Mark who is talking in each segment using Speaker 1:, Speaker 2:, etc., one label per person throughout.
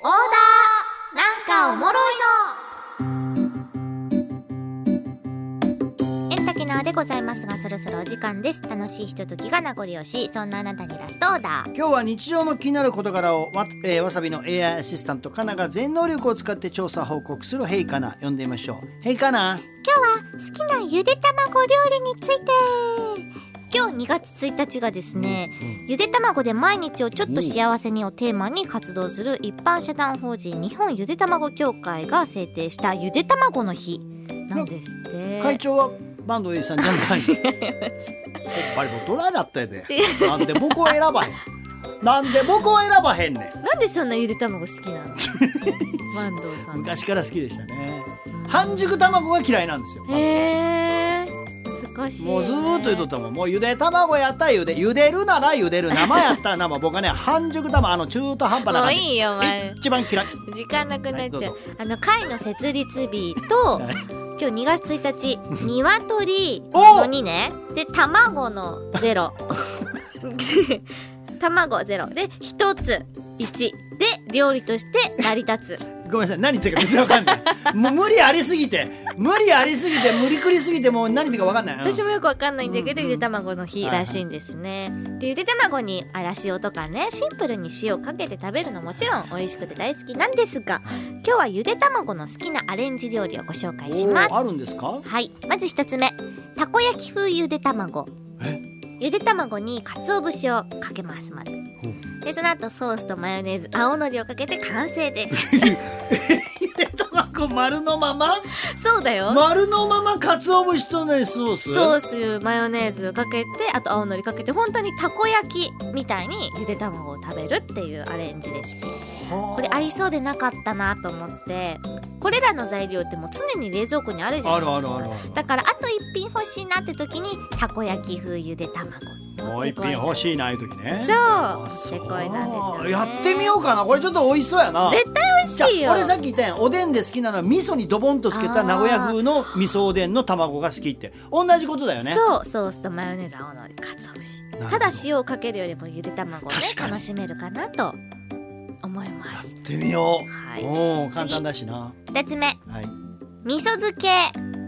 Speaker 1: オーダーなんかおもろいのエンタケナーでございますがそろそろお時間です楽しいひとときが名残惜しいそんなあなたにラストオーダー
Speaker 2: 今日は日常の気になる事柄をわ,、えーわさびの AI アシスタントかなが全能力を使って調査報告する「ヘイかな」読んでみましょう「ヘイかな
Speaker 1: 今日は好きなゆで卵料理について今日2月1日がですね、ゆで卵で毎日をちょっと幸せにをテーマに活動する一般社団法人日本ゆで卵協会が制定したゆで卵の日なんですって
Speaker 2: 会長は坂東 A さんじゃない やっぱりもうドライだったやでなんで僕を選ばへんなんで僕を選ばへんねん
Speaker 1: なんでそんなゆで卵好きな の坂東さん
Speaker 2: 昔から好きでしたね半熟卵が嫌いなんですよ
Speaker 1: へえ難しい、ね、
Speaker 2: もうずーっと言うとったもんもうゆで卵やったらゆでゆでるならゆでる生やったら生僕はね半熟卵あの中途半端な
Speaker 1: もう
Speaker 2: 感じ
Speaker 1: いいよお前
Speaker 2: 一番嫌い
Speaker 1: 時間なくなっちゃう,、
Speaker 2: は
Speaker 1: あの会の設立日と
Speaker 2: はい
Speaker 1: 今日2月1日鶏
Speaker 2: お
Speaker 1: の2ねで卵のゼ ロ卵ゼロで1つ1で料理として成り立つ
Speaker 2: ごめんなさい何言ってるか全然わかんないもう無理ありすぎて無理ありすぎて無理くりすぎてもう何言ってるかわかんない、うん
Speaker 1: 私もよくわかんないんだけど、
Speaker 2: うんうん
Speaker 1: ゆで卵の日らしいんですね、でゆで卵にあら塩とかねシンプルに塩かけて食べるのもちろん美味しくて大好きなんですが今日はゆで卵の好きなアレンジ料理をご紹介します
Speaker 2: おーあるんですか
Speaker 1: はい、まず一つ目、たこ焼き風ゆで卵。ゆで卵に鰹節をかけますまず
Speaker 2: ほ。
Speaker 1: でその後ソースとマヨネーズ、青のりをかけて完成 です。
Speaker 2: ゆで卵丸のまま
Speaker 1: そうだよ。
Speaker 2: 丸のまま鰹節とねソース
Speaker 1: ソースマヨネーズをかけてあと青のりかけて本当にたこ焼きみたいにゆで卵を食べるっていうアレンジレシピ
Speaker 2: は
Speaker 1: これありそうでなかったなと思ってこれらの材料ってもう常に冷蔵庫にあるじゃ
Speaker 2: あ
Speaker 1: ないです
Speaker 2: る
Speaker 1: か
Speaker 2: あるあるあ
Speaker 1: だからあと一品欲しいなって時にたこ焼き風ゆで卵
Speaker 2: るもう一品欲
Speaker 1: しい
Speaker 2: しいなああいう時ね
Speaker 1: そう
Speaker 2: あ
Speaker 1: せこいなんですよね
Speaker 2: やってみようかなこれちょっと美味しそうやな
Speaker 1: 絶対美味しい
Speaker 2: じゃ
Speaker 1: よ
Speaker 2: あ俺さっき言ったやんおでんで好きなのは味噌にドボンとつけた名古屋風の味噌おでんの卵が好きって同じことだよね
Speaker 1: そうソースとマヨネーズ青のりかつお節
Speaker 2: るほど
Speaker 1: ただ塩をかけるよりもゆで卵をね
Speaker 2: 確かに
Speaker 1: 楽しめるかなと思います
Speaker 2: やってみよう、
Speaker 1: はい
Speaker 2: おー簡単だしな
Speaker 1: 2つ目
Speaker 2: はい
Speaker 1: 味噌漬け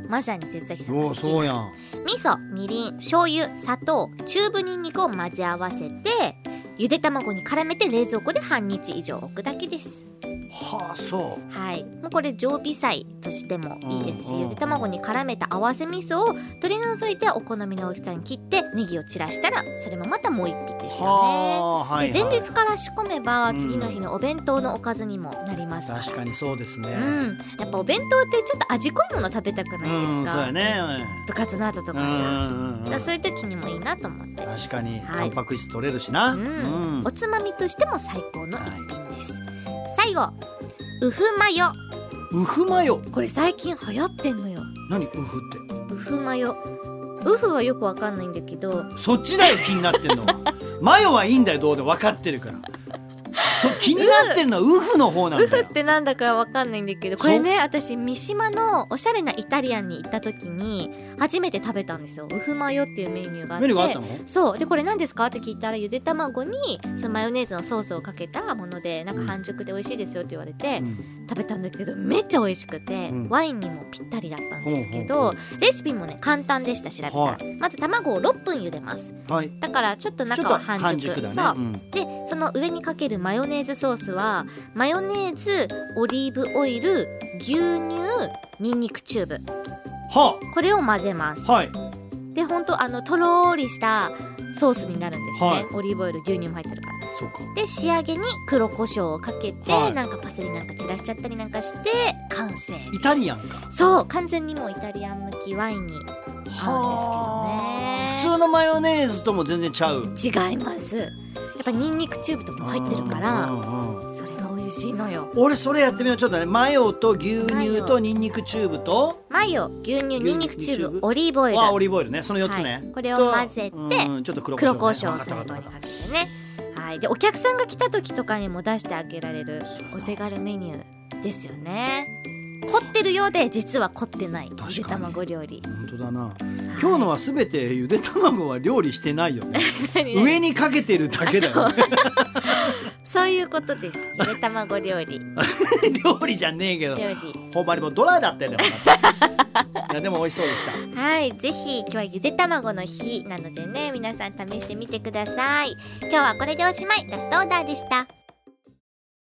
Speaker 1: まさに哲崎さんが
Speaker 2: お
Speaker 1: 好
Speaker 2: ー
Speaker 1: き
Speaker 2: そうやん
Speaker 1: 味噌みりん醤油砂糖チューブにんにくを混ぜ合わせてゆで卵に絡めて冷蔵庫で半日以上置くだけです
Speaker 2: はあそ
Speaker 1: はい、もうこれ常備菜としてもいいですし、
Speaker 2: うんうん
Speaker 1: ゆで卵に絡めた合わせ味噌を取り除いてお好みの大きさに切ってネギを散らしたらそれもまたもう一品で
Speaker 2: う
Speaker 1: すよね。
Speaker 2: はあはい、はい、
Speaker 1: で前日から仕込めば
Speaker 2: うん
Speaker 1: 次の日のお弁当のおかずにもなりますから。
Speaker 2: 確かにそうですね、
Speaker 1: うん、やっぱお弁当ってちょっと味濃いもの食べたくないです
Speaker 2: うん、そう
Speaker 1: か、
Speaker 2: やね
Speaker 1: 部活の後と
Speaker 2: うん
Speaker 1: か
Speaker 2: う
Speaker 1: さ、
Speaker 2: んうんう
Speaker 1: だ
Speaker 2: ん
Speaker 1: からそういう時にもいいなと思って、
Speaker 2: 確かに
Speaker 1: は
Speaker 2: タ
Speaker 1: い
Speaker 2: ンパク質取れるしな、
Speaker 1: う
Speaker 2: うんん
Speaker 1: おつまみとしても最高の一品です、最後ウフマヨ
Speaker 2: ウフマヨ
Speaker 1: これ最近流行ってんのよ
Speaker 2: 何ウフって
Speaker 1: ウフマヨウフはよくわかんないんだけど
Speaker 2: そっちだよ気になって んのはマヨはいいんだよどうでも分かってるからそ気になってんのはウフの方なんだ
Speaker 1: ウ
Speaker 2: よ
Speaker 1: フってなんだかわかんないんだけど
Speaker 2: そう
Speaker 1: これね私三島のおしゃれなイタリアンに行った時に初めて食べたんですよウフマヨっていうメニューがあって
Speaker 2: メニューがあったの
Speaker 1: そうでこれ何ですかって聞いたらゆで卵にそのマヨネーズのソースをかけたものでなんか半熟で美味しいですよって言われて、
Speaker 2: うん
Speaker 1: 食べたんだけどめっちゃ美味しくて、
Speaker 2: うん
Speaker 1: ワインにもぴったりだったんですけ
Speaker 2: ほう
Speaker 1: ど、レシピもね簡単でした調べたら、
Speaker 2: は
Speaker 1: まず卵を6分茹でます
Speaker 2: はい
Speaker 1: だからちょっと
Speaker 2: ちょっ
Speaker 1: 中
Speaker 2: と
Speaker 1: は半熟
Speaker 2: 半熟
Speaker 1: そう
Speaker 2: だね、うん
Speaker 1: でその上にかけるマヨネーズソースはマヨネーズオリーブオイル牛乳ニンニクチューブ
Speaker 2: は
Speaker 1: これを混ぜます
Speaker 2: あはい
Speaker 1: でほんとあのとろーりしたソースになるんですね、
Speaker 2: はい
Speaker 1: オリーブオイル牛乳も入ってるから
Speaker 2: そうか
Speaker 1: で仕上げに黒胡椒をかけて、
Speaker 2: はい
Speaker 1: なんかパセリなんか散らしちゃったりなんかして完成
Speaker 2: イタリアンか
Speaker 1: そう完全にもうイタリアン向きワインに
Speaker 2: は
Speaker 1: 合うんですけどね
Speaker 2: 普通のマヨネーズとも全然ちゃう
Speaker 1: 違いますやっぱニンニクチューブとかも入ってるから、
Speaker 2: うんうんうん
Speaker 1: それが美味しいのよ
Speaker 2: 俺それやってみようちょっとねマヨと牛乳とニンニクチューブと
Speaker 1: マヨ牛乳ニンニクチュー
Speaker 2: ニンニクチュー
Speaker 1: ブ
Speaker 2: ブ
Speaker 1: オリーブオイル
Speaker 2: あオリーブオイルねその四つね、
Speaker 1: はいこれを混ぜて
Speaker 2: とうんちょっと黒
Speaker 1: 黒胡
Speaker 2: 胡
Speaker 1: 椒
Speaker 2: 椒ね
Speaker 1: を最後
Speaker 2: わか
Speaker 1: に
Speaker 2: ったわか
Speaker 1: か
Speaker 2: っ
Speaker 1: けてねはいでお客さんが来た時とかにも出してあげられるお手軽メニューですよね凝ってるようで実は凝ってない
Speaker 2: 確かに
Speaker 1: ゆで卵料理
Speaker 2: た本当だな今日のはすべてゆ で卵は料理してないよね
Speaker 1: 上
Speaker 2: 上にかけてるだけだよね
Speaker 1: そそういうことですゆで卵料 理
Speaker 2: 料理じゃねえけど
Speaker 1: 料理
Speaker 2: ほんまにもうドライだったよ ねほんまにいやでも美味しそうでした
Speaker 1: はいぜひ今日はゆで卵の日なのでね皆さん試してみてください今日はこれでおしまいラストオーダーでした